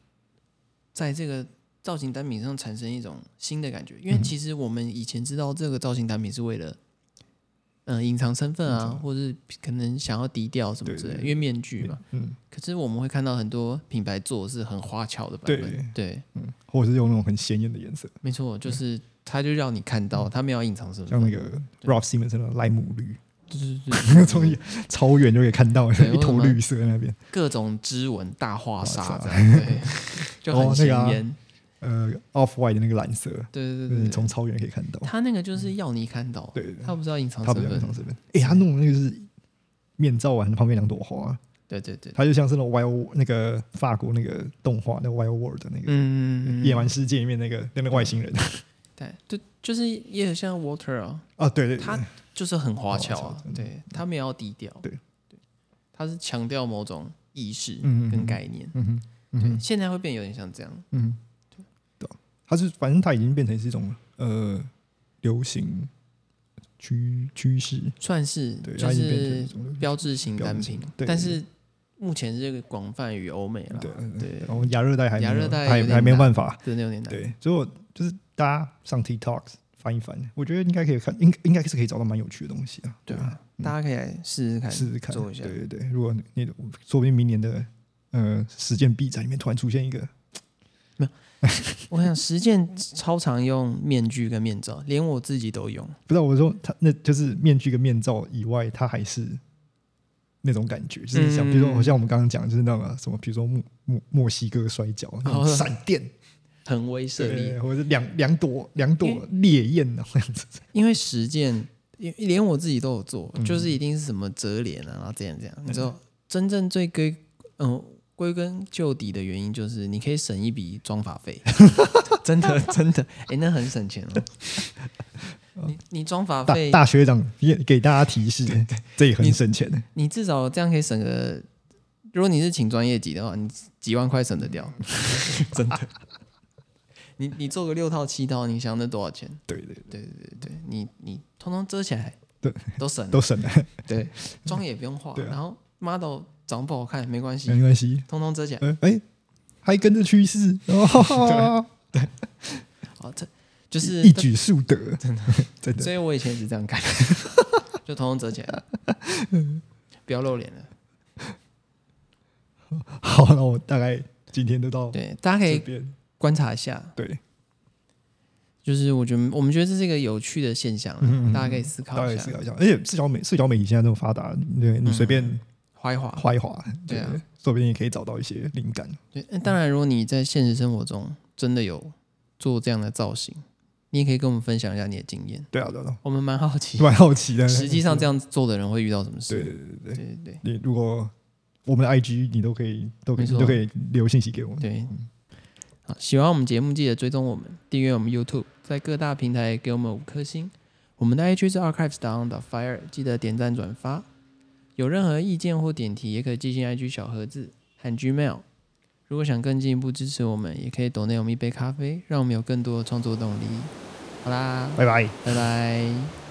Speaker 2: 在这个造型单品上产生一种新的感觉，因为其实我们以前知道这个造型单品是为了。嗯，隐藏身份啊，或是可能想要低调什么
Speaker 1: 对
Speaker 2: 之类的，
Speaker 1: 对
Speaker 2: 因为面具嘛。
Speaker 1: 嗯，
Speaker 2: 可是我们会看到很多品牌做的是很花俏的版本，对，
Speaker 1: 嗯， 或者是用那种很鲜艳的颜色，
Speaker 2: 没错，就是它就让你看到，它没有隐藏身份。
Speaker 1: 像那个
Speaker 2: 嗯
Speaker 1: Ralph Simmons 的莱姆绿，
Speaker 2: 对对对，
Speaker 1: 从超远就可以看到
Speaker 2: 对
Speaker 1: 一头绿色在那边。
Speaker 2: 各种织纹、大花
Speaker 1: 花
Speaker 2: 纱
Speaker 1: 纱
Speaker 2: 这样，对，就很显
Speaker 1: 哦那
Speaker 2: 眼。
Speaker 1: 呃，Off White 的那个蓝色，
Speaker 2: 对对
Speaker 1: 就是
Speaker 2: 对
Speaker 1: 你
Speaker 2: 对，
Speaker 1: 从超远可以看到。
Speaker 2: 他那个就是要你看到，
Speaker 1: 对对对
Speaker 2: 他不知道隐藏
Speaker 1: 他
Speaker 2: 身
Speaker 1: 比较
Speaker 2: 份
Speaker 1: 上。这边，诶，他弄的那个是面罩完旁边两朵花，啊
Speaker 2: 对对对，
Speaker 1: 它就像是那种 Wild 那个法国那个动画那个 Wild World 的那个
Speaker 2: 嗯，
Speaker 1: 野蛮世界里面那个那个外星人
Speaker 2: 对，就就是也很像 Water 啊，
Speaker 1: 啊，对对，对
Speaker 2: 他就是很花俏
Speaker 1: 花
Speaker 2: 啊
Speaker 1: 俏真，的
Speaker 2: 对他们也要低调，
Speaker 1: 对
Speaker 2: 对，他是强调某种意识
Speaker 1: 嗯嗯嗯
Speaker 2: 跟概念。
Speaker 1: 嗯哼嗯
Speaker 2: 对，
Speaker 1: 哼
Speaker 2: 现在会变有点像这样，
Speaker 1: 嗯哼，对啊，它是反正它已经变成是一种呃流行趋趋势，
Speaker 2: 算是
Speaker 1: 对，
Speaker 2: 就
Speaker 1: 它已经变成
Speaker 2: 是
Speaker 1: 一种流行
Speaker 2: 标志性单
Speaker 1: 标志
Speaker 2: 品
Speaker 1: 性，对
Speaker 2: 但是目前这个广泛于欧美了，
Speaker 1: 对嗯
Speaker 2: 对，
Speaker 1: 然后亚热带还没有
Speaker 2: 亚热带
Speaker 1: 还
Speaker 2: 有点
Speaker 1: 还没有
Speaker 2: 难
Speaker 1: 办法，
Speaker 2: 真的有点难。
Speaker 1: 对，所以我就是大家上 TikTok 翻一翻，我觉得应该可以看，应应该是可以找到蛮有趣的东西啊。
Speaker 2: 对啊，大家可以来试试看，
Speaker 1: 试试看，
Speaker 2: 做一下。
Speaker 1: 对对对，如果你说不定明年的呃实践 B 展里面突然出现一个，
Speaker 2: 我想实践超常用面具跟面罩，连我自己都用。
Speaker 1: 不知道我说他那就是面具跟面罩以外，它还是那种感觉，就是像比如说，
Speaker 2: 嗯
Speaker 1: 好像我们刚刚讲，就是那个什么，比如说墨墨墨西哥摔跤那种
Speaker 2: 哦
Speaker 1: 闪电，
Speaker 2: 很威慑力
Speaker 1: 对，。或者是两两朵两朵
Speaker 2: 因
Speaker 1: 烈焰那样子，
Speaker 2: 因为实践，因连我自己都有做，就是一定是什么折脸啊，然后这样这样。你知道，真正最归嗯归根究底的原因，就是你可以省一笔装法费， 真 的真的，哎、那很省钱 哦。你你装法
Speaker 1: 大
Speaker 2: 费，
Speaker 1: 大学长也给大家提示，这也很省钱的。
Speaker 2: 你至少这样可以省个，如果你是请专业级的话，你几万块省得掉，真的。你你做个六套七套，你想那多少钱？
Speaker 1: 对对对，
Speaker 2: 对你你通通遮起来，
Speaker 1: 对，
Speaker 2: 都省了
Speaker 1: 都省了。
Speaker 2: 对，妆也不用化，
Speaker 1: 对啊
Speaker 2: 然后 model 长不好看没关系，
Speaker 1: 没关系。
Speaker 2: 通通遮起来。
Speaker 1: 哎、哎，还跟着趋势，哦
Speaker 2: 好，这就
Speaker 1: 一
Speaker 2: 是
Speaker 1: 一举数得，真的 真的
Speaker 2: 所以我以前也是这样看，就统统折起来，不要露脸了。
Speaker 1: 好。那我大概今天都到
Speaker 2: 对，大家可
Speaker 1: 这
Speaker 2: 以
Speaker 1: 边。
Speaker 2: 观察一下，
Speaker 1: 对，
Speaker 2: 就是我觉得我们觉得这是一个有趣的现象啊，
Speaker 1: 嗯嗯嗯
Speaker 2: 大家可以思
Speaker 1: 大
Speaker 2: 考
Speaker 1: 概
Speaker 2: 一
Speaker 1: 思
Speaker 2: 下，
Speaker 1: 考一下。而且社交媒社交媒体现在这么发达，对你随便
Speaker 2: 划一划。
Speaker 1: 划一划，
Speaker 2: 嗯对啊，
Speaker 1: 说不定也可以找到一些灵感。
Speaker 2: 对，嗯当然，如果你在现实生活中真的有做这样的造型，你也可以跟我们分享一下你的经验，
Speaker 1: 对啊，对啊，
Speaker 2: 我们蛮好奇
Speaker 1: 对啊，，蛮好奇的。
Speaker 2: 实际上这样做的人会遇到什么
Speaker 1: 对。
Speaker 2: 事
Speaker 1: 对对对
Speaker 2: 对
Speaker 1: 对，
Speaker 2: 对对
Speaker 1: 你如果我们的 IG 你都可以都可以
Speaker 2: 没错
Speaker 1: 你都可以留信息给我们。
Speaker 2: 对，好，喜欢我们节目记得追踪我们，订阅我们 YouTube，在各大平台给我们五颗星。我们的 IG 是 archives down the fire，记得点赞转发。有任何意见或点题，也可以寄信 IG 小盒子和 Gmail。如果想更进一步支持我们，也可以 donate 我们一杯咖啡，让我们有更多的创作动力。好啦，
Speaker 1: 拜拜。
Speaker 2: 拜拜。